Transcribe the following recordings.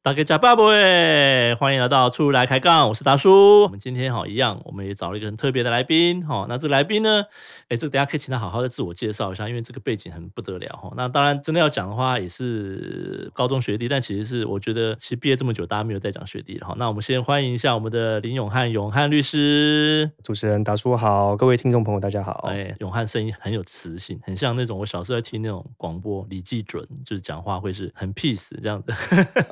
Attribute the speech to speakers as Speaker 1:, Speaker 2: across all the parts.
Speaker 1: 大家假爸爸，欢迎来到出来开杠，我是达叔。我们今天哈一样，我们也找了一个很特别的来宾哈。那这个来宾呢，哎，这个大家可以请他好好的自我介绍一下，因为这个背景很不得了哈。那当然，真的要讲的话，也是高中学历，但其实是我觉得，其实毕业这么久，大家没有再讲学历了哈。那我们先欢迎一下我们的林永汉，永汉律师。
Speaker 2: 主持人达叔好，各位听众朋友大家好。
Speaker 1: 哎，永汉声音很有磁性，很像那种我小时候在听那种广播，李济准就是讲话会是很 peace 这样子。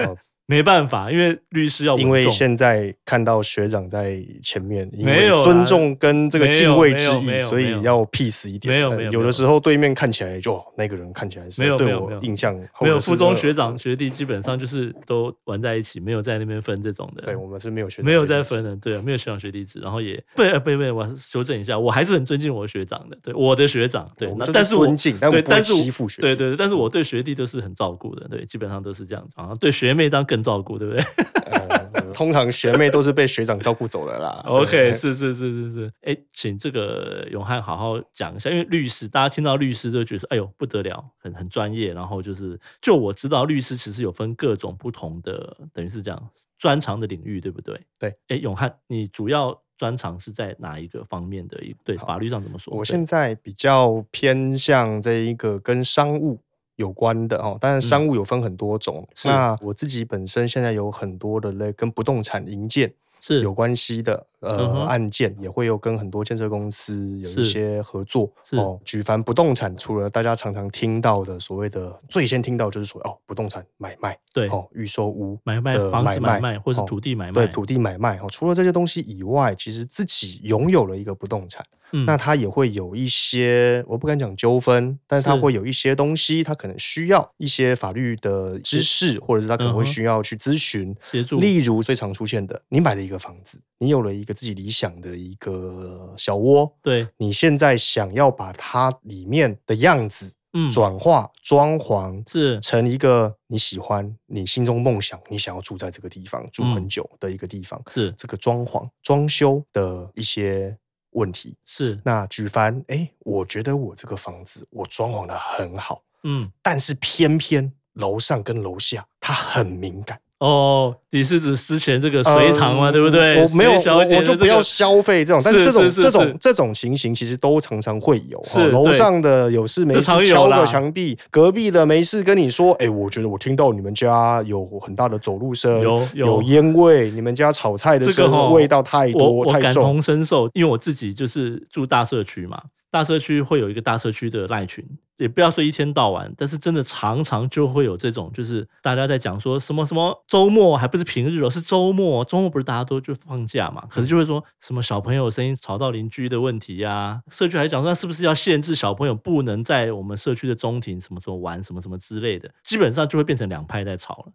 Speaker 2: 哦
Speaker 1: 没办法，因为律师要稳
Speaker 2: 因为
Speaker 1: 重
Speaker 2: 现在看到学长在前面，因
Speaker 1: 没
Speaker 2: 为
Speaker 1: 有啊
Speaker 2: 尊重跟这个敬畏之
Speaker 1: 没有没有没
Speaker 2: 意，
Speaker 1: 有
Speaker 2: 所
Speaker 1: 没有
Speaker 2: 以要 peace 一点。
Speaker 1: 没有
Speaker 2: 但
Speaker 1: 没有没
Speaker 2: 有
Speaker 1: 有
Speaker 2: 的时候对面看起来就哦那个人看起来
Speaker 1: 没有
Speaker 2: 是
Speaker 1: 没
Speaker 2: 对
Speaker 1: 有没
Speaker 2: 我
Speaker 1: 有
Speaker 2: 印象
Speaker 1: 没有
Speaker 2: 或者是
Speaker 1: 附中
Speaker 2: 那
Speaker 1: 学长学弟基本上就是都玩在一起，没有在那边分这种的。
Speaker 2: 对我们是没有学长
Speaker 1: 没有
Speaker 2: 这
Speaker 1: 在
Speaker 2: 件事
Speaker 1: 分的，对啊，没有学长学弟制，然后也不呃不不，我修正一下，我还是很尊敬我的学长的，对我的学长，对，
Speaker 2: 我
Speaker 1: 那
Speaker 2: 们就是
Speaker 1: 但是我
Speaker 2: 尊敬但我
Speaker 1: 对，
Speaker 2: 们不会
Speaker 1: 但是我
Speaker 2: 欺负学弟嗯
Speaker 1: 对对对，但是我对学弟都是很照顾的，对，基本上都是这样子，然后对学妹当然更照顾，对不对
Speaker 2: 呃 呃通常学妹都是被学长照顾走的啦。
Speaker 1: ？OK，是是是是是，哎，请这个永汉好好讲一下，因为律师，大家听到律师都觉得说，哎呦不得了，很很专业，然后就是就我知道律师其实有分各种不同的，等于是这样专长的领域，对不对？
Speaker 2: 对，
Speaker 1: 哎，永汉，你主要专长是在哪一个方面的一？对，法律上怎么说？对
Speaker 2: 我现在比较偏向这一个跟商务有关的哦，当然商务有分很多种。
Speaker 1: 嗯是
Speaker 2: 那我自己本身现在有很多的类跟不动产营建
Speaker 1: 是
Speaker 2: 有关系的呃、
Speaker 1: 嗯哼
Speaker 2: 案件，也会有跟很多建设公司有
Speaker 1: 是
Speaker 2: 一些合作
Speaker 1: 是
Speaker 2: 哦。举凡不动产，除了大家常常听到的所谓的最先听到就是说哦，不动产买卖
Speaker 1: 对
Speaker 2: 哦，预售屋
Speaker 1: 买卖
Speaker 2: 的
Speaker 1: 房子买
Speaker 2: 买
Speaker 1: 卖，或是
Speaker 2: 哦
Speaker 1: 土地买卖，
Speaker 2: 对土地买卖哦，除了这些东西以外，其实自己拥有了一个不动产。
Speaker 1: 嗯，
Speaker 2: 那它也会有一些，我不敢讲纠纷，但是它
Speaker 1: 是
Speaker 2: 会有一些东西，它可能需要一些法律的知识，或者是它可能
Speaker 1: 嗯
Speaker 2: 会
Speaker 1: 哼
Speaker 2: 需要去咨询。
Speaker 1: 协助
Speaker 2: 例如最常出现的，你买了一个房子，你有了一个自己理想的一个小窝，
Speaker 1: 对，
Speaker 2: 你现在想要把它里面的样子
Speaker 1: 嗯，
Speaker 2: 转化、装潢。
Speaker 1: 是
Speaker 2: 成一个你喜欢、你心中梦想、你想要住在这个地方住
Speaker 1: 嗯
Speaker 2: 很久的一个地方，
Speaker 1: 是
Speaker 2: 这个装潢、装修的一些问题，
Speaker 1: 是，
Speaker 2: 那举凡，哎，我觉得我这个房子我装潢的很好，
Speaker 1: 嗯，
Speaker 2: 但是偏偏楼上跟楼下它很敏感，
Speaker 1: 哦，你是指之前这个隋唐嘛，
Speaker 2: 嗯
Speaker 1: 对不对？
Speaker 2: 我没有，
Speaker 1: 隋小
Speaker 2: 我
Speaker 1: 姐
Speaker 2: 我
Speaker 1: 的
Speaker 2: 就
Speaker 1: 这
Speaker 2: 不要
Speaker 1: 个
Speaker 2: 消费这种，但是
Speaker 1: 是
Speaker 2: 这种
Speaker 1: 是是
Speaker 2: 这
Speaker 1: 是
Speaker 2: 种这种情形其实都常常会有，
Speaker 1: 是
Speaker 2: 哦楼
Speaker 1: 对
Speaker 2: 上的有事没
Speaker 1: 这
Speaker 2: 事
Speaker 1: 常有
Speaker 2: 敲
Speaker 1: 啦
Speaker 2: 个墙壁，隔壁的没事跟你说，哎，我觉得我听到你们家有很大的走路声，
Speaker 1: 有有
Speaker 2: 有烟味，你们家炒菜的
Speaker 1: 这
Speaker 2: 声
Speaker 1: 个吼
Speaker 2: 味道太
Speaker 1: 我
Speaker 2: 多
Speaker 1: 我
Speaker 2: 太
Speaker 1: 感
Speaker 2: 重，
Speaker 1: 同身受，因为我自己就是住大社区嘛，大社区会有一个大社区的赖群，也不要说一天到晚，但是真的常常就会有这种，就是大家在讲说什么什么周末还不是平日哦，是周末，周末不是大家都就放假嘛，可是就会说什么小朋友声音吵到邻居的问题呀、社区还讲说那是不是要限制小朋友不能在我们社区的中庭什么时候玩什么什么之类的，基本上就会变成两派在吵了。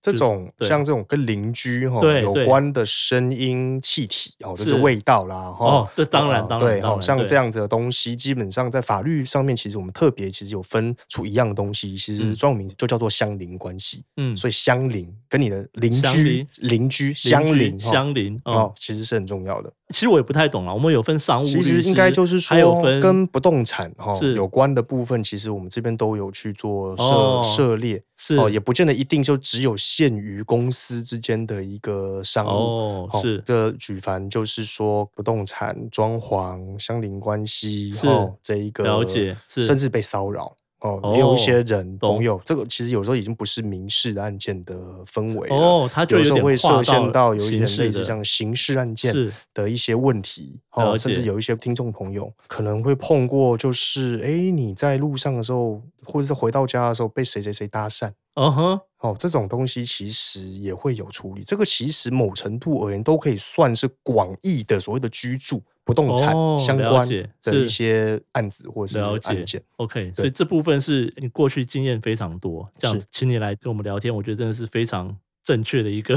Speaker 2: 这种
Speaker 1: 对
Speaker 2: 像这种跟邻居哈、
Speaker 1: 对
Speaker 2: 有
Speaker 1: 对
Speaker 2: 关的声音、气体哦，就是是味道啦哈。
Speaker 1: 哦，对，当然
Speaker 2: 呃
Speaker 1: 当然，
Speaker 2: 对，
Speaker 1: 当
Speaker 2: 好
Speaker 1: 然
Speaker 2: 像
Speaker 1: 对
Speaker 2: 这样子的东西，基本上在法律上面，其实我们特别其实有分出一样东西，其
Speaker 1: 嗯
Speaker 2: 实专有名词就叫做相邻关系。
Speaker 1: 嗯，
Speaker 2: 所以相邻跟你的邻
Speaker 1: 相
Speaker 2: 居
Speaker 1: 邻、
Speaker 2: 邻居、相邻、
Speaker 1: 邻居
Speaker 2: 哦
Speaker 1: 相邻哦
Speaker 2: 哦，其实是很重要的。
Speaker 1: 其实我也不太懂啊了，我们有分商务律
Speaker 2: 其
Speaker 1: 师，
Speaker 2: 实应该就是
Speaker 1: 还有
Speaker 2: 说，
Speaker 1: 分
Speaker 2: 跟不动产哈、
Speaker 1: 是
Speaker 2: 有关的部分，其实我们这边都有去做涉、
Speaker 1: 哦
Speaker 2: 涉猎
Speaker 1: 是
Speaker 2: 哦，也不见得一定就只有限于公司之间的一个商务。
Speaker 1: 哦
Speaker 2: 哦
Speaker 1: 是
Speaker 2: 这举凡就是说不动产、装潢、相邻关系，
Speaker 1: 是
Speaker 2: 哦、这一个
Speaker 1: 了解是
Speaker 2: 甚至被骚扰。哦
Speaker 1: 哦，
Speaker 2: 也有一些人
Speaker 1: 懂
Speaker 2: 朋友，这个其实有时候已经不是民事案件的氛围了
Speaker 1: 哦，他就
Speaker 2: 啊有时候
Speaker 1: 点
Speaker 2: 会
Speaker 1: 跨
Speaker 2: 涉
Speaker 1: 到
Speaker 2: 限到有一些
Speaker 1: 刑
Speaker 2: 类
Speaker 1: 事
Speaker 2: 似
Speaker 1: 的
Speaker 2: 像刑事案件
Speaker 1: 是
Speaker 2: 的一些问题，
Speaker 1: 了
Speaker 2: 哦，甚至
Speaker 1: 解
Speaker 2: 有一些听众朋友可能会碰过，就是哎，诶你在路上的时候，或者是回到家的时候被谁谁谁搭讪，
Speaker 1: 嗯哼
Speaker 2: 哦，这种东西其实也会有处理。这个其实某程度而言，都可以算是广义的所谓的居住不动产
Speaker 1: 哦
Speaker 2: 相
Speaker 1: 了
Speaker 2: 关
Speaker 1: 解
Speaker 2: 的
Speaker 1: 是
Speaker 2: 一些案子或者
Speaker 1: 了
Speaker 2: 是案
Speaker 1: 解
Speaker 2: 件。
Speaker 1: OK，
Speaker 2: 对
Speaker 1: 所以这部分是你过去经验非常多，这样
Speaker 2: 是
Speaker 1: 子，请你来跟我们聊天，我觉得真的是非常。正确的一个，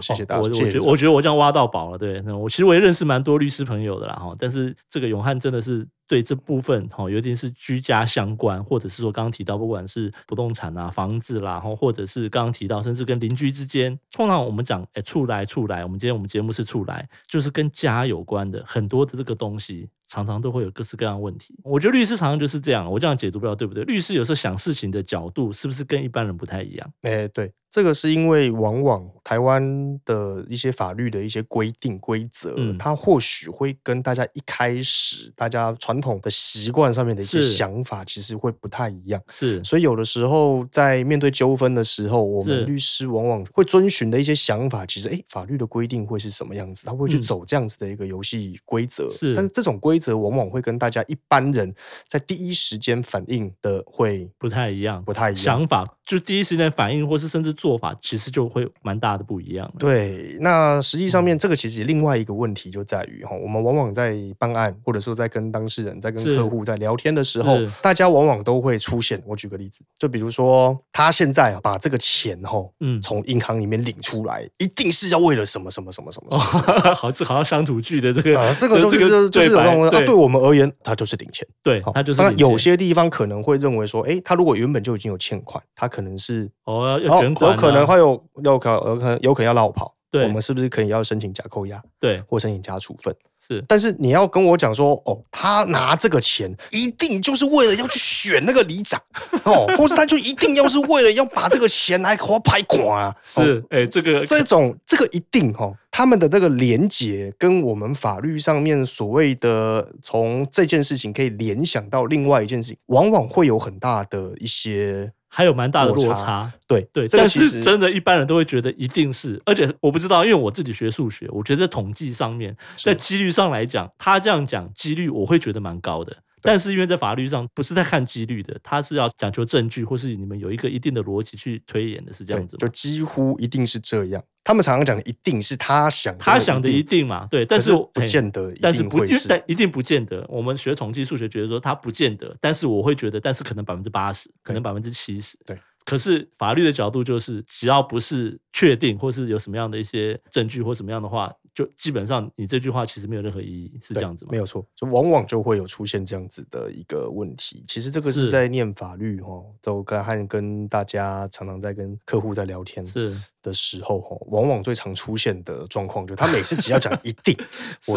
Speaker 2: 谢谢
Speaker 1: 哦
Speaker 2: 大家
Speaker 1: 我我
Speaker 2: 谢谢
Speaker 1: 觉得
Speaker 2: 大家
Speaker 1: 我觉得我这样挖到宝了，对。那我其实我也认识蛮多律师朋友的啦，哈。但是这个永汉真的是对这部分哈，哦尤其是居家相关，或者是说刚刚提到，不管是不动产啊、房子啦，然后或者是刚刚提到，甚至跟邻居之间，通常我们讲哎处来处来，我们今天我们节目是处来，就是跟家有关的很多的这个东西，常常都会有各式各样的问题。我觉得律师常常就是这样，我这样解读不了对不对？律师有时候想事情的角度是不是跟一般人不太一样？
Speaker 2: 哎，对，这个是因为往往台湾的一些法律的一些规定规则，
Speaker 1: 嗯
Speaker 2: 它或许会跟大家一开始大家传统的习惯上面的一些
Speaker 1: 是
Speaker 2: 想法，其实会不太一样。
Speaker 1: 是
Speaker 2: 所以有的时候在面对纠纷的时候，我
Speaker 1: 是
Speaker 2: 们律师往往会遵循的一些想法，其实诶，法律的规定会是什么样子？他会去
Speaker 1: 嗯
Speaker 2: 走这样子的一个游戏规则。
Speaker 1: 是
Speaker 2: 但是这种规则往往会跟大家一般人在第一时间反应的会
Speaker 1: 不太一样，
Speaker 2: 不太一样。
Speaker 1: 想法就第一时间反应，或是甚至做法，其实就会蛮大的不一样。，
Speaker 2: 对，那实际上
Speaker 1: 嗯
Speaker 2: 面这个其实另外一个问题就在于哈，我们往往在办案或者说在跟当事人、在跟
Speaker 1: 是
Speaker 2: 客户在聊天的时候
Speaker 1: 是，
Speaker 2: 大家往往都会出现。我举个例子，就比如说他现在啊把这个钱哈
Speaker 1: 嗯，
Speaker 2: 从银行里面领出来，一定是要为了什么什么什么什么什
Speaker 1: 哦
Speaker 2: 么什么。，
Speaker 1: 好，这好像乡土剧的这个
Speaker 2: 啊，这个就是
Speaker 1: 这
Speaker 2: 就是就是
Speaker 1: 对
Speaker 2: 有这种
Speaker 1: 白
Speaker 2: 啊，对
Speaker 1: 对
Speaker 2: 我们而言，他就是领钱。
Speaker 1: 对，
Speaker 2: 好
Speaker 1: 他就是
Speaker 2: 当然
Speaker 1: 领先
Speaker 2: 有些地方可能会认为说，诶，他如果原本就已经有欠款，他可能是
Speaker 1: 哦
Speaker 2: 然
Speaker 1: 要
Speaker 2: 后
Speaker 1: 卷款啊，
Speaker 2: 有可能会有有可有可能有可能要落跑。
Speaker 1: 对
Speaker 2: 我们是不是可以要申请假扣押
Speaker 1: 对
Speaker 2: 或申请假处分？
Speaker 1: 是
Speaker 2: 但是你要跟我讲说，哦，他拿这个钱一定就是为了要去选那个里长哦，或是他就一定要是为了要把这个钱来给我拍垮啊，哦
Speaker 1: 是，哎，这个
Speaker 2: 这种这个一定哈、他们的那个连结跟我们法律上面所谓的从这件事情可以联想到另外一件事情，往往会有很大的一些
Speaker 1: 还有蛮大的落
Speaker 2: 落
Speaker 1: 差。
Speaker 2: 对
Speaker 1: 对，
Speaker 2: 这个
Speaker 1: 但
Speaker 2: 其
Speaker 1: 是
Speaker 2: 实
Speaker 1: 真的，一般人都会觉得一定是，而且我不知道，因为我自己学数学，我觉得在统计上面，在
Speaker 2: 是
Speaker 1: 几率上来讲，他这样讲几率，我会觉得蛮高的。但是因为在法律上不是在看几率的，他是要讲求证据，或是你们有一个一定的逻辑去推演的，是这样
Speaker 2: 对
Speaker 1: 子
Speaker 2: 就
Speaker 1: 吗？
Speaker 2: 几乎一定是这样。他们常常讲的一定是他想的
Speaker 1: 他想的一
Speaker 2: 定，
Speaker 1: 定嘛，对，但
Speaker 2: 可
Speaker 1: 是我
Speaker 2: 不
Speaker 1: 嘿
Speaker 2: 见得一
Speaker 1: 但是
Speaker 2: 定
Speaker 1: 不，
Speaker 2: 会
Speaker 1: 因为但
Speaker 2: 是。
Speaker 1: 一定不见得。我们学统计数学，觉得说它不见得，但是我会觉得，但是可能百分之八十，可能百分之七十。
Speaker 2: 对。
Speaker 1: 可是法律的角度就是，只要不是确定，或是有什么样的一些证据或什么样的话，就基本上你这句话其实没有任何意义，是这
Speaker 2: 对
Speaker 1: 样子吗？
Speaker 2: 没有错，就往往就会有出现这样子的一个问题。其实这个
Speaker 1: 是
Speaker 2: 是在念法律哦，都跟和跟大家常常在跟客户在聊天，
Speaker 1: 是
Speaker 2: 的时候，吼往往最常出现的状况就是，他每次只要讲一定，我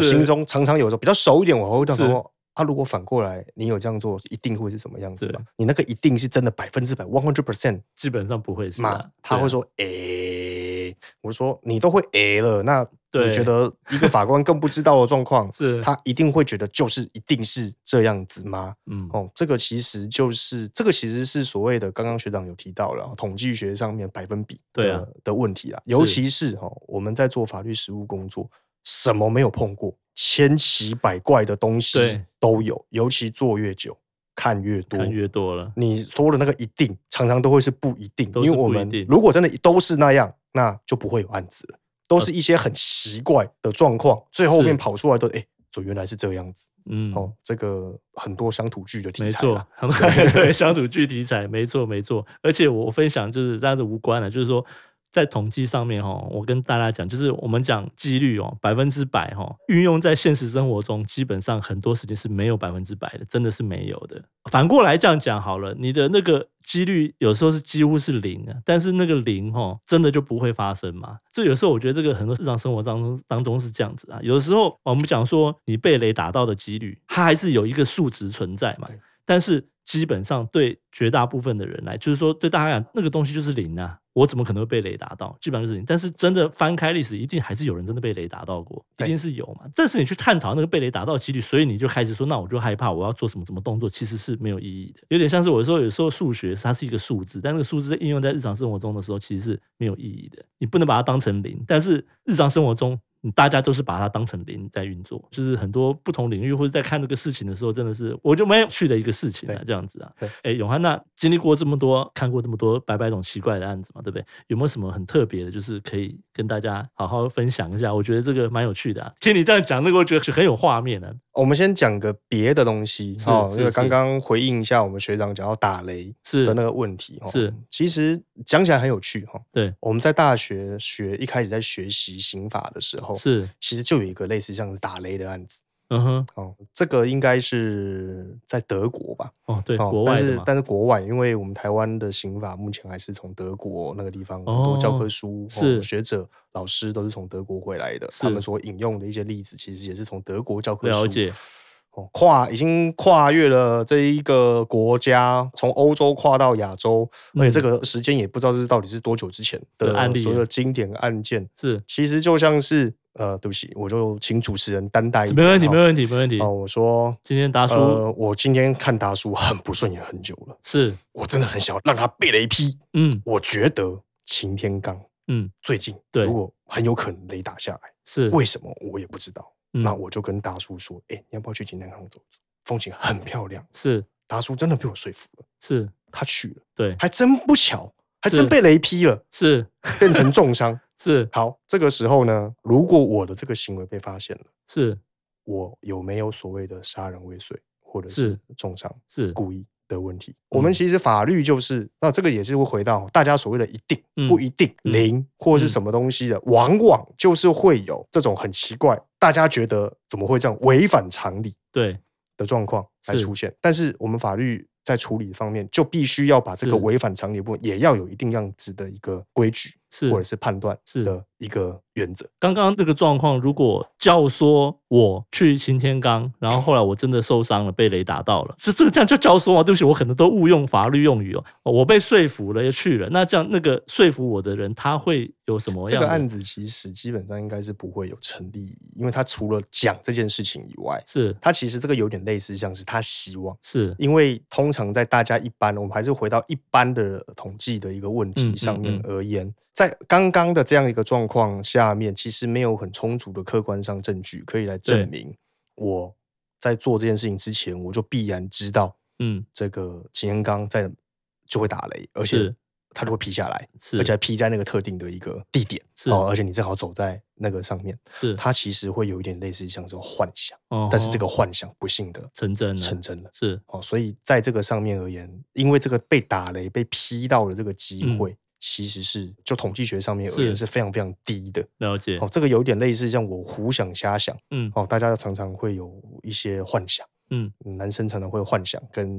Speaker 1: 是
Speaker 2: 心中常常有时候比较熟一点，我会想
Speaker 1: 是
Speaker 2: 说，啊，如果反过来你有这样做，一定会是什么样子
Speaker 1: 对
Speaker 2: 嘛？你那个一定是真的百分之百 one hundred percent
Speaker 1: 基本上不会是啊、
Speaker 2: 嘛？他
Speaker 1: 对啊
Speaker 2: 会，说，诶、我就说你都会诶、了，那
Speaker 1: 对，
Speaker 2: 你觉得一个法官更不知道的状 况
Speaker 1: 是
Speaker 2: 他一定会觉得就是一定是这样子吗？
Speaker 1: 嗯，
Speaker 2: 哦，这个其实就是这个其实是所谓的，刚刚学长有提到了统计学上面百分比
Speaker 1: 对
Speaker 2: 的、
Speaker 1: 啊
Speaker 2: 的问题啊，尤其是哦我们在做法律实务工作，什么没有碰过，千奇百怪的东西
Speaker 1: 对
Speaker 2: 都有，尤其做越久看越多。
Speaker 1: 看越多了，
Speaker 2: 你说的那个一定，常常都会是不一定，
Speaker 1: 都
Speaker 2: 因为
Speaker 1: 是
Speaker 2: 我
Speaker 1: 不一
Speaker 2: 们
Speaker 1: 定
Speaker 2: 如果真的都是那样，那就不会有案子了，都是一些很奇怪的状况，最后
Speaker 1: 呃是
Speaker 2: 面跑出来的，哎，这原来是这样子。
Speaker 1: 嗯，
Speaker 2: 哦，这个很多乡土剧的题
Speaker 1: 没
Speaker 2: 材啦哦
Speaker 1: 错，对对，乡土剧题材，没错没错。而且我分享就是，但是无关了，就是说在统计上面哈、哦，我跟大家讲，就是我们讲几率哦，百分之百哈、哦，运用在现实生活中，基本上很多时间是没有百分之百的，真的是没有的。反过来这样讲好了，你的那个几率有时候是几乎是零啊，但是那个零哦，真的就不会发生嘛。这有时候我觉得这个很多日常生活当中当中是这样子啊，有的时候我们讲说你被雷打到的几率，它还是有一个数值存在嘛
Speaker 2: 对。
Speaker 1: 但是基本上对绝大部分的人来，就是说对大家讲，那个东西就是零啊，我怎么可能会被雷打到？基本上就是零。但是真的翻开历史，一定还是有人真的被雷打到过，一
Speaker 2: 对
Speaker 1: 定是有嘛。但是你去探讨那个被雷打到的几率，所以你就开始说，那我就害怕，我要做什么什么动作，其实是没有意义的。有点像是我说，有时候数学它是一个数字，但那个数字在应用在日常生活中的时候，其实是没有意义的。你不能把它当成零，但是日常生活中你大家都是把它当成零在运作，就是很多不同领域或者在看这个事情的时候，真的是我就蛮有趣的一个事情啊，
Speaker 2: 对
Speaker 1: 这样子啊
Speaker 2: 对。
Speaker 1: 哎，永汉，那经历过这么多，看过这么多百百种奇怪的案子嘛，对不对？有没有什么很特别的，就是可以跟大家好好分享一下？我觉得这个蛮有趣的、啊。听你这样讲，那个我觉得很有画面啊的、
Speaker 2: 我们先讲个别的东西
Speaker 1: 是
Speaker 2: 哦，
Speaker 1: 是
Speaker 2: 因为
Speaker 1: 是
Speaker 2: 刚刚回应一下我们学长讲到打雷
Speaker 1: 是
Speaker 2: 的那个问题哦。
Speaker 1: 是，
Speaker 2: 其实讲起来很有趣哈、哦。
Speaker 1: 对，
Speaker 2: 我们在大学学一开始在学习刑法的时候，
Speaker 1: 是，
Speaker 2: 其实就有一个类似像是打雷的案子
Speaker 1: 嗯哼，
Speaker 2: 哦。这个应该是在德国吧？
Speaker 1: 哦，对，
Speaker 2: 哦，
Speaker 1: 国外
Speaker 2: 但
Speaker 1: 的
Speaker 2: 是
Speaker 1: 嘛，
Speaker 2: 但是国外，因为我们台湾的刑法目前还是从德国那个地方很多教科
Speaker 1: 哦
Speaker 2: 书、
Speaker 1: 是
Speaker 2: 学者、老师都是从德国回来的，他
Speaker 1: 是
Speaker 2: 们所引用的一些例子其实也是从德国教科书
Speaker 1: 了解，
Speaker 2: 哦，跨已经跨越了这一个国家，从欧洲跨到亚洲，而且这个时间也不知道是到底是多久之前
Speaker 1: 嗯的案
Speaker 2: 的
Speaker 1: 例
Speaker 2: 所有的经典案件，
Speaker 1: 是，
Speaker 2: 其实就像是呃，对不起，我就请主持人担待一点，
Speaker 1: 没问题，
Speaker 2: 哦
Speaker 1: 没问题，没问题。
Speaker 2: 哦，我说
Speaker 1: 今天达叔、
Speaker 2: 呃，我今天看达叔很不顺眼很久了，
Speaker 1: 是，
Speaker 2: 我真的很想让他被雷劈。
Speaker 1: 嗯
Speaker 2: 我觉得擎天刚
Speaker 1: 嗯，
Speaker 2: 最近
Speaker 1: 对
Speaker 2: 如果很有可能雷打下来，
Speaker 1: 是，
Speaker 2: 为什么我也不知道。
Speaker 1: 嗯
Speaker 2: 那我就跟达叔说，哎、你要不要去擎天刚走走？风景很漂亮。
Speaker 1: 是
Speaker 2: 达叔真的被我说服了，
Speaker 1: 是，
Speaker 2: 他去了，
Speaker 1: 对，
Speaker 2: 还真不巧，还
Speaker 1: 是
Speaker 2: 真被雷劈了，
Speaker 1: 是
Speaker 2: 变成重伤。
Speaker 1: 是
Speaker 2: 好，这个时候呢，如果我的这个行为被发现了，
Speaker 1: 是
Speaker 2: 我有没有所谓的杀人未遂或者是
Speaker 1: 是
Speaker 2: 重伤？
Speaker 1: 是，
Speaker 2: 故意的问题。我们
Speaker 1: 嗯
Speaker 2: 其实法律就是，那这个也是会回到大家所谓的一定、不
Speaker 1: 嗯
Speaker 2: 一定、
Speaker 1: 嗯
Speaker 2: 零或者
Speaker 1: 嗯
Speaker 2: 是什么东西的，往往就是会有这种很奇怪，大家觉得怎么会这样违反常理
Speaker 1: 对，
Speaker 2: 的状况来
Speaker 1: 是
Speaker 2: 出现。但是我们法律在处理方面，就必须要把这个
Speaker 1: 是
Speaker 2: 违反常理的部分，也要有一定样子的一个规矩
Speaker 1: 是
Speaker 2: 或者是判断
Speaker 1: 是
Speaker 2: 的一个原则。
Speaker 1: 刚刚这个状况，如果教唆我去擎天岗，然后后来我真的受伤了，被雷打到了，是这个这样叫教唆吗？对不起，我可能都误用法律用语哦。我被说服了，也去了。那这样，那个说服我的人，他会有什么
Speaker 2: 这
Speaker 1: 样
Speaker 2: 个
Speaker 1: 的？
Speaker 2: 案子其实基本上应该是不会有成立，因为他除了讲这件事情以外，
Speaker 1: 是
Speaker 2: 他其实这个有点类似像是他希望。
Speaker 1: 是
Speaker 2: 因为通常在大家一般，我们还是回到一般的统计的一个问
Speaker 1: 嗯嗯
Speaker 2: 题上面
Speaker 1: 嗯
Speaker 2: 而言，在刚刚的这样一个状况下面，其实没有很充足的客观上证据可以来
Speaker 1: 对
Speaker 2: 证明我在做这件事情之前，我就必然知道
Speaker 1: 嗯
Speaker 2: 这个秦天刚在就会打雷，而且
Speaker 1: 是
Speaker 2: 他就会劈下来，
Speaker 1: 是，
Speaker 2: 而且还劈在那个特定的一个地点
Speaker 1: 是
Speaker 2: 哦，而且你正好走在那个上面，
Speaker 1: 是，
Speaker 2: 它其实会有一点类似像这种幻想，
Speaker 1: 哦
Speaker 2: 但是这
Speaker 1: 吼
Speaker 2: 个幻想不幸的
Speaker 1: 成真了，啊
Speaker 2: 成真了。
Speaker 1: 是
Speaker 2: 哦，所以在这个上面而言，因为这个被打雷、被劈到的这个机会，其实是就统计学上面而言
Speaker 1: 嗯是
Speaker 2: 是非常非常低的。
Speaker 1: 了解
Speaker 2: 哦，，这个有点类似像我胡想瞎想
Speaker 1: 嗯
Speaker 2: 哦，大家常常会有一些幻想，
Speaker 1: 嗯，
Speaker 2: 男生常常会幻想 跟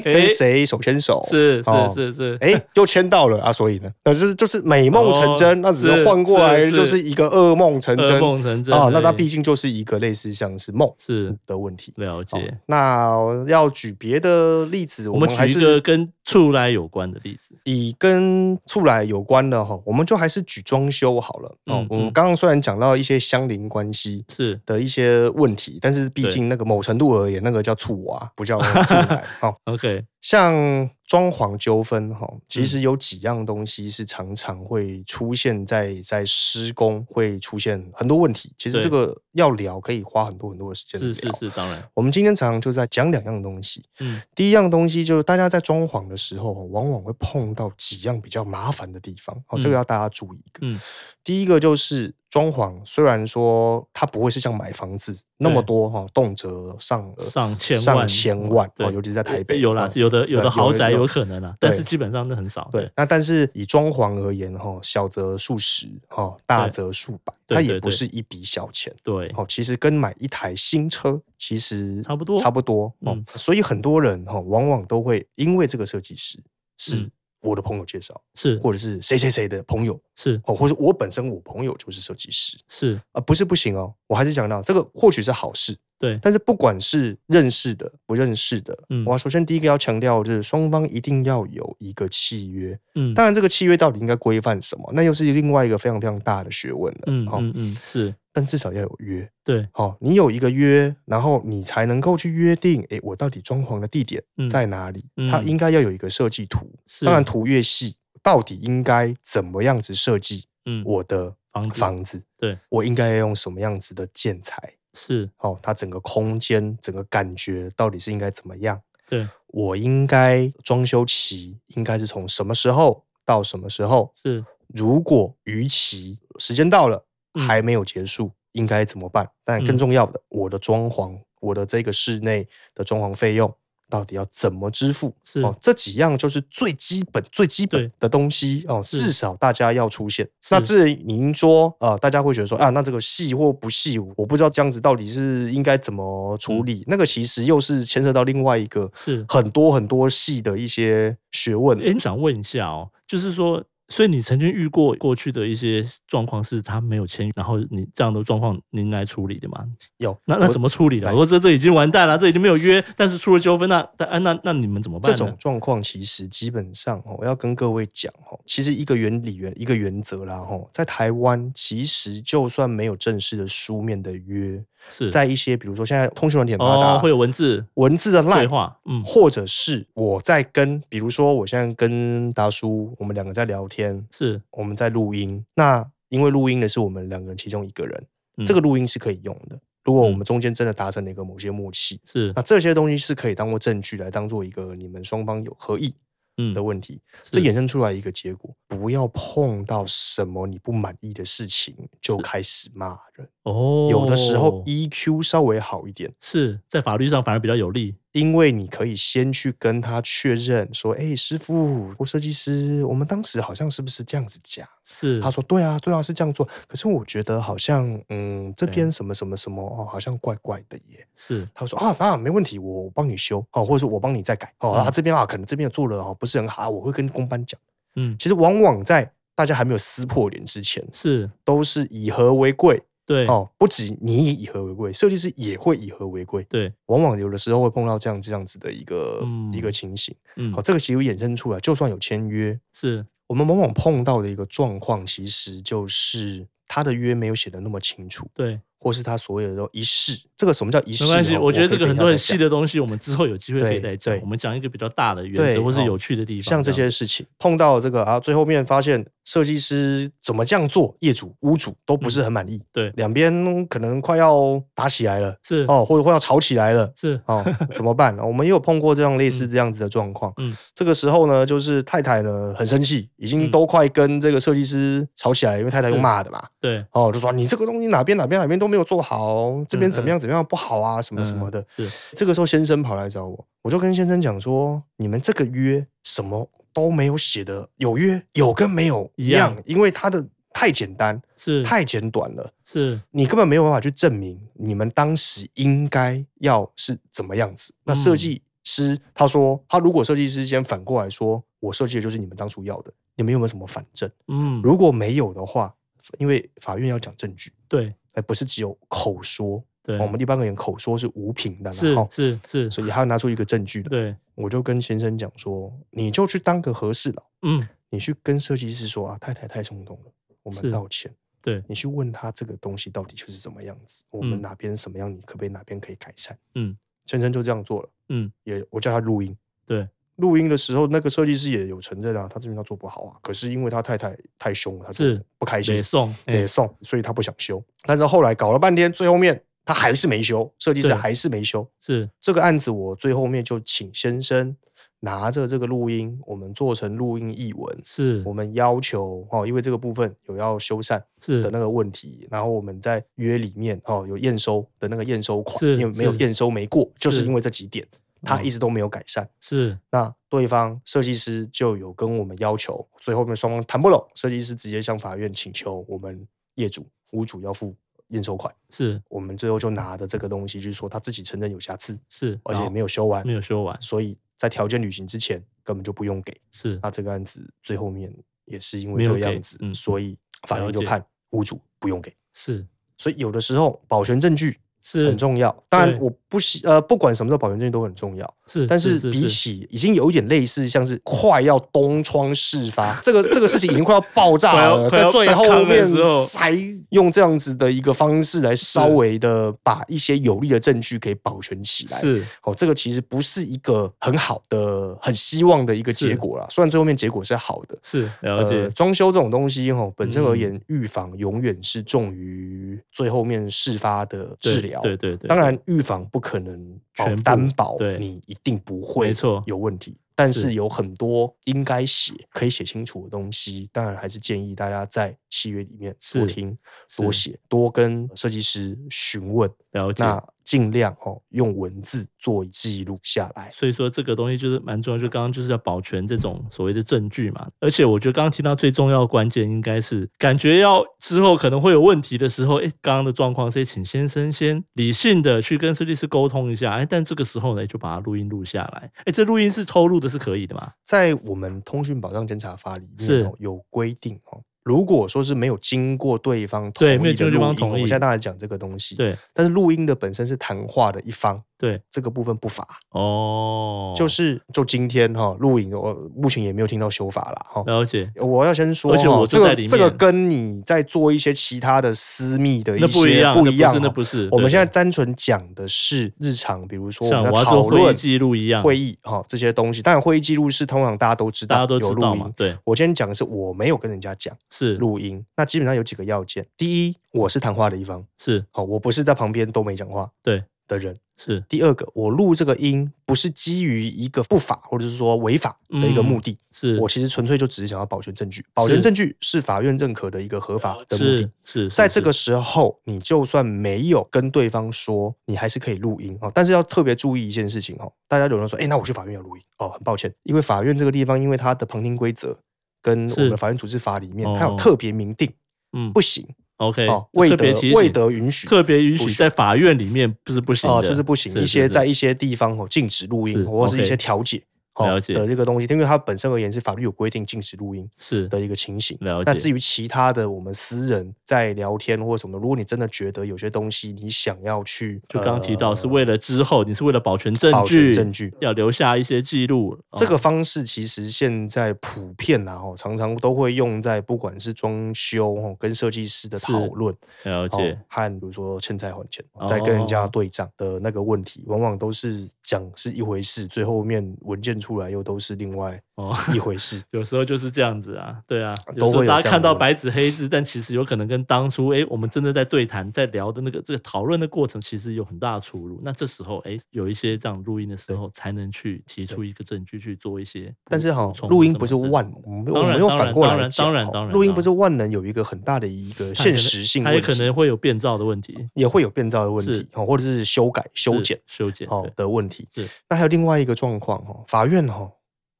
Speaker 1: 诶
Speaker 2: 跟谁手牵手，
Speaker 1: 是是
Speaker 2: 哦
Speaker 1: 是是，
Speaker 2: 诶又牵到了啊，所以呢，那就是就是美梦成真，
Speaker 1: 哦
Speaker 2: 那只是
Speaker 1: 是
Speaker 2: 换过
Speaker 1: 是
Speaker 2: 来
Speaker 1: 是
Speaker 2: 就是一个噩梦成
Speaker 1: 噩
Speaker 2: 真
Speaker 1: 梦成呃真哎
Speaker 2: 啊，那它
Speaker 1: 而已
Speaker 2: 毕竟就是一个类似像是梦
Speaker 1: 是
Speaker 2: 的问题。
Speaker 1: 了
Speaker 2: 哦
Speaker 1: 解。
Speaker 2: 那要举别的例子，
Speaker 1: 我
Speaker 2: 我
Speaker 1: 们
Speaker 2: 们还
Speaker 1: 举一个
Speaker 2: 是
Speaker 1: 跟醋来有关的例子，
Speaker 2: 以跟厝来有关的哈，我们就还是举装修好了。哦
Speaker 1: 嗯，
Speaker 2: 我
Speaker 1: 嗯
Speaker 2: 们刚刚虽然讲到一些相邻关系。
Speaker 1: 是
Speaker 2: 的一些问题，但是毕
Speaker 1: 对
Speaker 2: 竟那个某程度而言，那个叫 醋娃，不叫醋来。哦，
Speaker 1: OK，
Speaker 2: 像装潢纠纷哈，
Speaker 1: 嗯
Speaker 2: 其实有几样东西是常常会出现在在施工会出现很多问题。其实
Speaker 1: 对
Speaker 2: 这个要聊，可以花很多很多的时间聊。
Speaker 1: 是是是，当然，
Speaker 2: 我们今天常常就在讲两样东西。
Speaker 1: 嗯，
Speaker 2: 第一样东西就是大家在装潢的时候，往往会碰到几样比较麻烦的地方。哦，
Speaker 1: 嗯
Speaker 2: 这个要大家注意一个。
Speaker 1: 嗯
Speaker 2: 第一个就是装潢，虽然说它不会是像买房子那么
Speaker 1: 对
Speaker 2: 多哈、哦，动辄上呃
Speaker 1: 上千万
Speaker 2: 上千万
Speaker 1: 对
Speaker 2: 哦，尤其是在台北
Speaker 1: 有啦
Speaker 2: 哦，
Speaker 1: 有的有
Speaker 2: 对
Speaker 1: 的豪宅有
Speaker 2: 有
Speaker 1: 可能啦，但是
Speaker 2: 对
Speaker 1: 基本上那很少。
Speaker 2: 对，，那但是以装潢而言哈、哦，小则数十哈、哦，大
Speaker 1: 对
Speaker 2: 则数百，
Speaker 1: 对
Speaker 2: 它
Speaker 1: 对
Speaker 2: 也不
Speaker 1: 对
Speaker 2: 是一笔小钱。
Speaker 1: 对，
Speaker 2: 哦，其实跟买一台新车其实
Speaker 1: 差不多
Speaker 2: 差不多哦。
Speaker 1: 嗯
Speaker 2: 所以很多人哈、哦，往往都会因为这个设计师是
Speaker 1: 嗯
Speaker 2: 我的朋友介绍，
Speaker 1: 是
Speaker 2: 或者是谁谁谁的朋友
Speaker 1: 是
Speaker 2: 哦，或者我本身我朋友就是设计师
Speaker 1: 是，
Speaker 2: 啊、不是不行哦。我还是讲到这个或许是好事，
Speaker 1: 对，
Speaker 2: 但是不管是认识的不认识的，
Speaker 1: 嗯
Speaker 2: 我首先第一个要强调就是双方一定要有一个契约。
Speaker 1: 嗯
Speaker 2: 当然，这个契约到底应该规范什么，那又是另外一个非常非常大的学问了。
Speaker 1: 嗯
Speaker 2: 好、
Speaker 1: 嗯嗯，是
Speaker 2: 但至少要有约。
Speaker 1: 对，
Speaker 2: 好、你有一个约，然后你才能够去约定，诶，我到底装潢的地点
Speaker 1: 嗯
Speaker 2: 在哪里？
Speaker 1: 嗯
Speaker 2: 它应该要有一个设计图，
Speaker 1: 是
Speaker 2: 当然图越细，到底应该怎么样子设计
Speaker 1: 嗯
Speaker 2: 我的
Speaker 1: 房子
Speaker 2: 房子？
Speaker 1: 对，
Speaker 2: 我应该要用什么样子的建材？
Speaker 1: 是
Speaker 2: 哦，它整个空间、整个感觉到底是应该怎么样？
Speaker 1: 对
Speaker 2: 我应该装修期应该是从什么时候到什么时候？
Speaker 1: 是
Speaker 2: 如果逾期时间到了
Speaker 1: 嗯
Speaker 2: 还没有结束，应该怎么办？但
Speaker 1: 嗯
Speaker 2: 更重要的，我的装潢，我的这个室内的装潢费用到底要怎么支付？
Speaker 1: 是
Speaker 2: 哦，这几样就是最基本、最基
Speaker 1: 对
Speaker 2: 本的东西哦，
Speaker 1: 是
Speaker 2: 至少大家要出现。那
Speaker 1: 是
Speaker 2: 至于您说啊、呃大家会觉得说啊，那这个细或不细，我不知道这样子到底是应该怎么处理。那个其实又是牵涉到另外一个
Speaker 1: 嗯是。
Speaker 2: 很多很多细的一些学问。
Speaker 1: 诶，想问一下哦，就是说所以你曾经遇过过去的一些状况是他没有签约，然后你这样的状况您来处理的吗？
Speaker 2: 有
Speaker 1: 那那怎
Speaker 2: 么
Speaker 1: 么处理的？
Speaker 2: 来
Speaker 1: 我说这这已经完蛋了，这已经没有约，但是出了纠纷，那那那那你们怎么办
Speaker 2: 这
Speaker 1: 呢？
Speaker 2: 种状况其实基本上哦，我要跟各位讲哦，其实一个原理原一个原则啦哦，在台湾其实就算没有正式的书面的约，
Speaker 1: 是
Speaker 2: 在一些比如说现在通讯软体很发达，
Speaker 1: 哦，会有文字
Speaker 2: 文字的
Speaker 1: 对
Speaker 2: line
Speaker 1: 话，嗯，
Speaker 2: 或者是我在跟，比如说我现在跟达叔，我们两个在聊天，
Speaker 1: 是
Speaker 2: 我们在录音。那因为录音的是我们两个人其中一个人，
Speaker 1: 嗯
Speaker 2: 这个录音是可以用的。如果我
Speaker 1: 嗯
Speaker 2: 们中间真的达成了一个某些默契，
Speaker 1: 是
Speaker 2: 那这些东西是可以当做证据来当做一个你们双方有合意
Speaker 1: 嗯
Speaker 2: 的，问题。
Speaker 1: 是
Speaker 2: 这衍生出来一个结果，不要碰到什么你不满意的事情就是开始骂人。
Speaker 1: 哦，
Speaker 2: 有的时候 EQ 稍微好一点，
Speaker 1: 是在法律上反而比较有利，
Speaker 2: 因为你可以先去跟他确认说，哎、师傅或设计师，我们当时好像是不是这样子讲？
Speaker 1: 是
Speaker 2: 他说，对啊，对啊，是这样做。可是我觉得好像，嗯，这
Speaker 1: 对
Speaker 2: 边什么什么什么哦，好像怪怪的耶。
Speaker 1: 是
Speaker 2: 他说啊，那没问题，我帮你修哦，或者说我帮你再改哦。
Speaker 1: 嗯
Speaker 2: 啊，这边啊，可能这边做了哦，不是很好，我会跟工班讲。
Speaker 1: 嗯
Speaker 2: 其实往往在大家还没有撕破脸之前，
Speaker 1: 是
Speaker 2: 都是以和为贵
Speaker 1: 对
Speaker 2: 哦。不止你以和为贵，设计师也会以和为贵。
Speaker 1: 对
Speaker 2: 往往有的时候会碰到这样这样子的一个、一个
Speaker 1: 嗯
Speaker 2: 情形。
Speaker 1: 嗯
Speaker 2: 好，这个其实衍生出来，就算有签约，
Speaker 1: 是
Speaker 2: 我们往往碰到的一个状况，其实就是他的约没有写的那么清楚，
Speaker 1: 对
Speaker 2: 或是他所有的都一试。这个什么叫一试
Speaker 1: 没
Speaker 2: 呢？
Speaker 1: 关系，我觉得这个很多很细
Speaker 2: 的，
Speaker 1: 的东西，我们之后有机会可以
Speaker 2: 对
Speaker 1: 再讲
Speaker 2: 对。
Speaker 1: 我们讲一个比较大的原
Speaker 2: 对
Speaker 1: 则或是
Speaker 2: 哦
Speaker 1: 有趣的地方，
Speaker 2: 像这些事情碰到这个啊，最后面发现设计师怎么这样做，业主、屋主都不
Speaker 1: 嗯
Speaker 2: 是很满意，
Speaker 1: 对
Speaker 2: 两边可能快要打起来了
Speaker 1: 这样是
Speaker 2: 哦，或者快要吵起来 了。
Speaker 1: 是
Speaker 2: 哦，怎么办？我们也有碰过这样类似
Speaker 1: 嗯
Speaker 2: 这样子的状况。
Speaker 1: 嗯
Speaker 2: 这个时候呢，就是太太呢很生气，已经
Speaker 1: 嗯
Speaker 2: 都快跟这个设计师吵起来，因为太太用骂的嘛。
Speaker 1: 对
Speaker 2: 哦，就说你这个东西哪边哪边哪边都没有做好，这边怎么
Speaker 1: 嗯
Speaker 2: 样怎么样不好啊，什么什么的。
Speaker 1: 嗯是
Speaker 2: 这个时候先生跑来找我，我就跟先生讲说，你们这个约什么都没有写的，有约有跟没有
Speaker 1: 一
Speaker 2: 一
Speaker 1: 样
Speaker 2: 样，因为它的太简单
Speaker 1: 是
Speaker 2: 太简短了。
Speaker 1: 是
Speaker 2: 你根本没有办法去证明你们当时应该要是怎么样子。
Speaker 1: 嗯
Speaker 2: 那设计师他说，他如果设计师先反过来说，我设计的就是你们当初要的，你们有没有什么反证？
Speaker 1: 嗯
Speaker 2: 如果没有的话，因为法院要讲证据，
Speaker 1: 对
Speaker 2: 哎，不是只有口说，哦
Speaker 1: 对
Speaker 2: 我们一般人口说是无凭的啦，
Speaker 1: 是
Speaker 2: 哦
Speaker 1: 是是
Speaker 2: 所以还要拿出一个证据的。
Speaker 1: 对
Speaker 2: 我就跟先生讲说，你就去当个和事佬，
Speaker 1: 嗯
Speaker 2: 你去跟设计师说啊，太太太冲动了，我
Speaker 1: 是
Speaker 2: 们道歉。
Speaker 1: 对
Speaker 2: 你去问他这个东西到底就是怎么样子，我们
Speaker 1: 嗯
Speaker 2: 哪边什么样，你可不可以哪边可以改善？
Speaker 1: 嗯，
Speaker 2: 先生就这样做了，
Speaker 1: 嗯
Speaker 2: 也我叫他录音。
Speaker 1: 对
Speaker 2: 录音的时候，那个设计师也有承认啊，他这边他做不好啊，可是因为他太太太凶了，他就是不开心
Speaker 1: 北，宋哎
Speaker 2: 也送，所以他不想修。但是后来搞了半天，最后面他还是没修，设计师
Speaker 1: 对
Speaker 2: 还是没修。
Speaker 1: 是
Speaker 2: 这个案子我最后面就请先生拿着这个录音，我们做成录音译文，
Speaker 1: 是
Speaker 2: 我们要求哦，因为这个部分有要修缮
Speaker 1: 是
Speaker 2: 的那个问题，然后我们在约里面哦有验收的那个验收款，
Speaker 1: 是
Speaker 2: 因为没有
Speaker 1: 是
Speaker 2: 验收没过，就是
Speaker 1: 是
Speaker 2: 因为这几点，他
Speaker 1: 嗯
Speaker 2: 一直都没有改善。
Speaker 1: 是
Speaker 2: 那对方设计师就有跟我们要求，最后面双方谈不拢，设计师直接向法院请求我们业主屋主要付验收款。
Speaker 1: 是
Speaker 2: 我们最后就拿着这个东西去说他自己承认有瑕疵，
Speaker 1: 是，
Speaker 2: 而且
Speaker 1: 好嗯
Speaker 2: 没有修完
Speaker 1: 没，有修完
Speaker 2: 所以在条件履行之前根本就不用给。
Speaker 1: 是
Speaker 2: 那这个案子最后面也是因
Speaker 1: 没
Speaker 2: 为
Speaker 1: 有
Speaker 2: 这个
Speaker 1: 给
Speaker 2: 样子，
Speaker 1: 嗯
Speaker 2: 所以法
Speaker 1: 了
Speaker 2: 院就
Speaker 1: 解
Speaker 2: 判屋主不用给。
Speaker 1: 是
Speaker 2: 所以有的时候保全证据
Speaker 1: 是
Speaker 2: 很重要，当然
Speaker 1: 对
Speaker 2: 我不希呃不管什么时候保全证据都很重要，
Speaker 1: 是，
Speaker 2: 但是比起已经有一点类似，像是快要东窗事发，这个这个事情已经快要爆炸了，
Speaker 1: 快要
Speaker 2: 在
Speaker 1: 快
Speaker 2: 最
Speaker 1: 要
Speaker 2: 后
Speaker 1: 上
Speaker 2: 面
Speaker 1: 炕的时候
Speaker 2: 才用这样子的一个方式来稍微的把一些有利的证据给保全起来。
Speaker 1: 是
Speaker 2: 哦，这个其实不是一个很好的、很希望的一个结
Speaker 1: 是
Speaker 2: 果啦。虽然最后面结果是好的，
Speaker 1: 是了解嗯
Speaker 2: 呃装修这种东西哦，本身而言，预防永远是重于最后面事发的
Speaker 1: 对
Speaker 2: 治疗。
Speaker 1: 对对对，
Speaker 2: 当然，预防不可能保
Speaker 1: 全部
Speaker 2: 担保
Speaker 1: 对，
Speaker 2: 你一定不会，
Speaker 1: 没错
Speaker 2: 有问题。但
Speaker 1: 是
Speaker 2: 是有很多应该写、可以写清楚的东西，当然还是建议大家在契约里面
Speaker 1: 是
Speaker 2: 多听、
Speaker 1: 是
Speaker 2: 多写、多跟设计师询问，
Speaker 1: 了解。
Speaker 2: 那尽量哦用文字做记录下来。
Speaker 1: 所以说这个东西就是蛮重要，就刚刚就是要保全这种所谓的证据嘛。而且我觉得刚刚听到最重要的关键应该是，感觉要之后可能会有问题的时候，哎，刚刚的状况，所以请先生先理性的去跟设计师沟通一下，哎，但这个时候呢，就把它录音录下来。哎，这录音是偷录的是可以的嘛？
Speaker 2: 在我们通讯保障监察法里面、哦
Speaker 1: 是、
Speaker 2: 有规定哦，如果说是没有经过对方同
Speaker 1: 对没有
Speaker 2: 意
Speaker 1: 经
Speaker 2: 的
Speaker 1: 过对
Speaker 2: 录
Speaker 1: 方
Speaker 2: 音，
Speaker 1: 同
Speaker 2: 我
Speaker 1: 意
Speaker 2: 现在当然讲这个东西，
Speaker 1: 对
Speaker 2: 但是录音的本身是谈话的一方，
Speaker 1: 对，
Speaker 2: 这个部分不罚。
Speaker 1: 哦，
Speaker 2: 就是就今天哈、录影，我目前也没有听到修法啦哈。
Speaker 1: 了解，
Speaker 2: 我要先说
Speaker 1: 呃而且
Speaker 2: 哈，
Speaker 1: 我
Speaker 2: 这
Speaker 1: 住在
Speaker 2: 个
Speaker 1: 里
Speaker 2: 这个
Speaker 1: 面
Speaker 2: 跟你在做一些其他的私密的一
Speaker 1: 那不一
Speaker 2: 些
Speaker 1: 样，
Speaker 2: 不
Speaker 1: 那
Speaker 2: 一样
Speaker 1: 是那
Speaker 2: 哦。
Speaker 1: 不是。
Speaker 2: 我们
Speaker 1: 对
Speaker 2: 现在
Speaker 1: 对
Speaker 2: 单纯讲的是日常，比如说我
Speaker 1: 像
Speaker 2: 们
Speaker 1: 我要
Speaker 2: 在讨
Speaker 1: 做会议
Speaker 2: 论
Speaker 1: 记录一样，
Speaker 2: 会议哈、这些东西。当然，会议记录是通常大家都知道，
Speaker 1: 大家都知
Speaker 2: 有
Speaker 1: 道
Speaker 2: 录
Speaker 1: 嘛
Speaker 2: 音。，
Speaker 1: 对，
Speaker 2: 我今天讲的是我没有跟人家讲
Speaker 1: 是
Speaker 2: 录音，那基本上有几个要件：第一，我是谈话的一方，
Speaker 1: 是
Speaker 2: 好、我不是在旁边都没讲话
Speaker 1: 对
Speaker 2: 的人；
Speaker 1: 是，
Speaker 2: 第二个，我录这个音不是基于一个不法或者是说违法的一个目的，
Speaker 1: 嗯是
Speaker 2: 我其实纯粹就只是想要保全证据，保全证据是法院认可的一个合法的目
Speaker 1: 是
Speaker 2: 的。
Speaker 1: 是，
Speaker 2: 在
Speaker 1: 是
Speaker 2: 这个时候，你就算没有跟对方说，你还是可以录音哦。但是要特别注意一件事情哦，大家有人说，哎、那我去法院要录音哦，很抱歉，因为法院这个地方，因为它的旁听规则跟我
Speaker 1: 是
Speaker 2: 们的法院组织法里面，它
Speaker 1: 哦
Speaker 2: 有特别明定，
Speaker 1: 嗯
Speaker 2: 不行
Speaker 1: OK，
Speaker 2: 哦，
Speaker 1: 这
Speaker 2: 未
Speaker 1: 特别
Speaker 2: 得
Speaker 1: 提
Speaker 2: 未
Speaker 1: 醒
Speaker 2: 得允许，
Speaker 1: 特别允
Speaker 2: 不
Speaker 1: 许
Speaker 2: 许
Speaker 1: 在法院里面不是不行
Speaker 2: 哦，
Speaker 1: 的，
Speaker 2: 就是不行，
Speaker 1: 是
Speaker 2: 一
Speaker 1: 是
Speaker 2: 些
Speaker 1: 是
Speaker 2: 在一些地方哦禁止录
Speaker 1: 是
Speaker 2: 音，或者是一
Speaker 1: OK
Speaker 2: 些调解哦
Speaker 1: 了解
Speaker 2: 的这个东西，因为它本身而言是法律有规定禁止录音
Speaker 1: 是
Speaker 2: 的一个情形。
Speaker 1: 了
Speaker 2: 那
Speaker 1: 解，
Speaker 2: 至于其他的，我们私人在聊天或什么，如果你真的觉得有些东西你想要去，
Speaker 1: 就刚提到是
Speaker 2: 呃
Speaker 1: 为了之后，你是为了保全证
Speaker 2: 保全
Speaker 1: 据，
Speaker 2: 证据，
Speaker 1: 要留下一些记录。
Speaker 2: 这个
Speaker 1: 哦
Speaker 2: 方式其实现在普遍啦，哦，常常都会用在不管是装修哦，跟设计师的
Speaker 1: 是
Speaker 2: 讨论，
Speaker 1: 了
Speaker 2: 哦
Speaker 1: 解，哦
Speaker 2: 和比如说欠债还钱，在跟人家对账的那个问题，往往都是讲是一回事，最后面文件出来又都是另外
Speaker 1: 哦，。
Speaker 2: 一回事
Speaker 1: 有时候就是这样子啊，对啊，有
Speaker 2: 都
Speaker 1: 时候
Speaker 2: 会有
Speaker 1: 大
Speaker 2: 这
Speaker 1: 家
Speaker 2: 样
Speaker 1: 看
Speaker 2: 的
Speaker 1: 到
Speaker 2: 问题
Speaker 1: 白纸黑字，但其实有可能跟当初哎，诶我们真的在对谈、在聊的那个这个讨论的过程，其实有很大的出入。那这时候哎，诶有一些这样录音的时候，才能去提出一个证据去做一些补。
Speaker 2: 但是哈
Speaker 1: 补，充
Speaker 2: 录
Speaker 1: 或
Speaker 2: 音
Speaker 1: 什
Speaker 2: 不
Speaker 1: 么
Speaker 2: 是
Speaker 1: 之类
Speaker 2: 万
Speaker 1: 的，
Speaker 2: 我们
Speaker 1: 当
Speaker 2: 我
Speaker 1: 然
Speaker 2: 们用
Speaker 1: 当
Speaker 2: 反
Speaker 1: 然
Speaker 2: 过
Speaker 1: 当
Speaker 2: 来
Speaker 1: 然
Speaker 2: 讲
Speaker 1: 当然
Speaker 2: 哦
Speaker 1: 当然
Speaker 2: 录音
Speaker 1: 当
Speaker 2: 不是
Speaker 1: 然
Speaker 2: 万能，有一个很大的一
Speaker 1: 它
Speaker 2: 个
Speaker 1: 也
Speaker 2: 现
Speaker 1: 可能
Speaker 2: 实性
Speaker 1: 它也
Speaker 2: 问
Speaker 1: 可能
Speaker 2: 题，啊
Speaker 1: 会有变造的问题，
Speaker 2: 也会有变造的问
Speaker 1: 是
Speaker 2: 题哦，或者是修改、修
Speaker 1: 是
Speaker 2: 剪
Speaker 1: 修剪，
Speaker 2: 哦
Speaker 1: 对
Speaker 2: 的问题
Speaker 1: 是。
Speaker 2: 那还有另外一个状况哦，法院哦，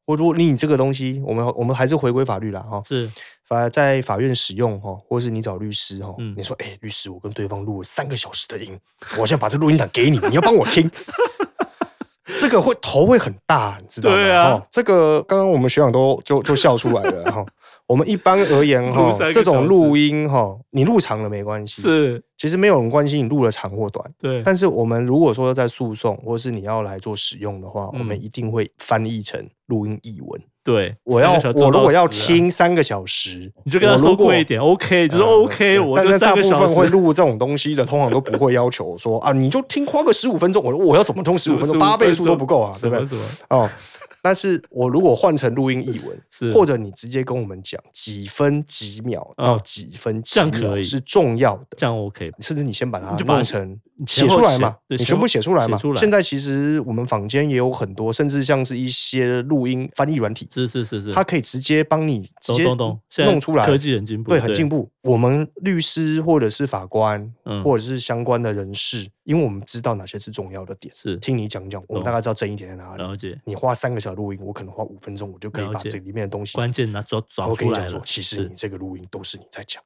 Speaker 2: 我如果你这个东西，我们我们还是回归法律啦哈。哦
Speaker 1: 是
Speaker 2: 法在法院使用哈，或是你找律师哈，
Speaker 1: 嗯
Speaker 2: 你说哎、律师，我跟对方录了三个小时的音，我现在把这录音档给你，你要帮我听。 这个会头会很大，你知道吗？
Speaker 1: 对啊
Speaker 2: 哦，这个刚刚我们学长都就就笑出来了哈、我们一般而言哈、
Speaker 1: 录三个
Speaker 2: 这
Speaker 1: 小时
Speaker 2: 种录音哈、你录长了没关系，
Speaker 1: 是，
Speaker 2: 其实没有人关心你录了长或短。
Speaker 1: 对，
Speaker 2: 但是我们如果说在诉讼或是你要来做使用的话，
Speaker 1: 嗯
Speaker 2: 我们一定会翻译成录音译文。
Speaker 1: 对，
Speaker 2: 我
Speaker 1: 三
Speaker 2: 要
Speaker 1: 个小时
Speaker 2: 我
Speaker 1: 做
Speaker 2: 如
Speaker 1: 到
Speaker 2: 果要
Speaker 1: 死啊
Speaker 2: 听三个小时，
Speaker 1: 你就跟他
Speaker 2: 我
Speaker 1: 说
Speaker 2: 如果
Speaker 1: 贵一点，OK，就是
Speaker 2: 呃
Speaker 1: OK，、
Speaker 2: 对
Speaker 1: 我
Speaker 2: 但
Speaker 1: 就是三
Speaker 2: 大
Speaker 1: 个
Speaker 2: 部
Speaker 1: 小
Speaker 2: 分
Speaker 1: 时
Speaker 2: 会录这种东西的，通常都不会要求说啊，你就听花个十五分钟，我我要怎么通十五分钟？八倍速都不够啊，
Speaker 1: 什
Speaker 2: 对不
Speaker 1: 么
Speaker 2: 对？
Speaker 1: 什么
Speaker 2: 哦，但是我如果换成录音译文，
Speaker 1: 是
Speaker 2: 或者你直接跟我们讲几分几秒
Speaker 1: 嗯
Speaker 2: 到几分
Speaker 1: 这
Speaker 2: 几
Speaker 1: 样可以
Speaker 2: 秒是重要的，
Speaker 1: 这样 OK 吧
Speaker 2: 甚至你先把它
Speaker 1: 你就把它
Speaker 2: 弄成
Speaker 1: 前
Speaker 2: 写
Speaker 1: 后
Speaker 2: 出来
Speaker 1: 写
Speaker 2: 嘛，
Speaker 1: 对
Speaker 2: 你
Speaker 1: 前
Speaker 2: 全
Speaker 1: 后
Speaker 2: 部写出来嘛
Speaker 1: 写出。来
Speaker 2: 现在其实我们坊间也有很多，甚至像是一些录音翻译软体，
Speaker 1: 是是是是，
Speaker 2: 它可以直接帮你直
Speaker 1: 懂
Speaker 2: 接
Speaker 1: 懂懂，现在
Speaker 2: 弄出来，
Speaker 1: 科技很进步，
Speaker 2: 对，很进
Speaker 1: 步，
Speaker 2: 步。我们律师或者是法官，
Speaker 1: 嗯
Speaker 2: 或者是相关的人士，因为我们知道哪些是重要的点，
Speaker 1: 是
Speaker 2: 听你讲讲，我们
Speaker 1: 懂
Speaker 2: 大概知道争议点在哪里。
Speaker 1: 了解，
Speaker 2: 你花三个小时录音，我可能花五分钟，我就可以
Speaker 1: 了
Speaker 2: 把
Speaker 1: 解
Speaker 2: 这里面的东西
Speaker 1: 关键拿抓抓
Speaker 2: 我跟
Speaker 1: 出
Speaker 2: 你
Speaker 1: 来
Speaker 2: 讲说
Speaker 1: 了，，
Speaker 2: 其实
Speaker 1: 是
Speaker 2: 你这个录音都是你在讲。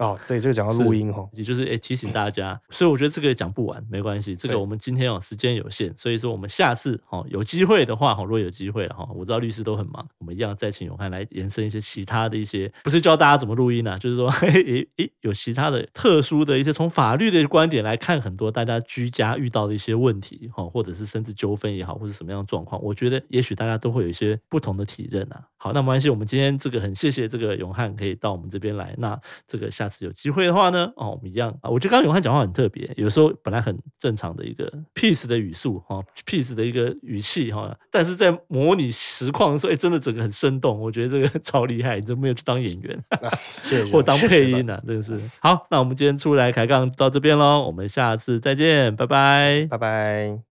Speaker 2: 哦，对，这个讲到
Speaker 1: 是
Speaker 2: 录音哈，
Speaker 1: 也就是诶、提醒大家，所以我觉得这个讲不完，没关系，这个
Speaker 2: 对
Speaker 1: 我们今天哦时间有限，所以说我们下次哦有机会的话哦，如果有机会了哈、哦，我知道律师都很忙，我们一样再请永汉来延伸一些其他的一些，不是教大家怎么录音啊，就是说 嘿诶诶有其他的特殊的一些从法律的观点来看，很多大家居家遇到的一些问题哈、哦，或者是甚至纠纷也好，或者什么样的状况，我觉得也许大家都会有一些不同的体认啊。好，那没关系，我们今天这个很谢谢这个永汉可以到我们这边来，那这个下次有机会的话呢，哦，我们一样啊。我觉得刚刚永汉讲话很特别，有时候本来很正常的一个 peace 的语速哈、p e a c e 的一个语气哈、但是在模拟实况的时候，哎，真的整个很生动，我觉得这个 超厉害，你都没有去当演员
Speaker 2: 谢谢。
Speaker 1: 或当
Speaker 2: 谢谢
Speaker 1: 配
Speaker 2: 大家
Speaker 1: 音呢、啊，真的是。好，那我们今天出来开杠到这边喽，我们下次再见，拜拜。
Speaker 2: 拜拜。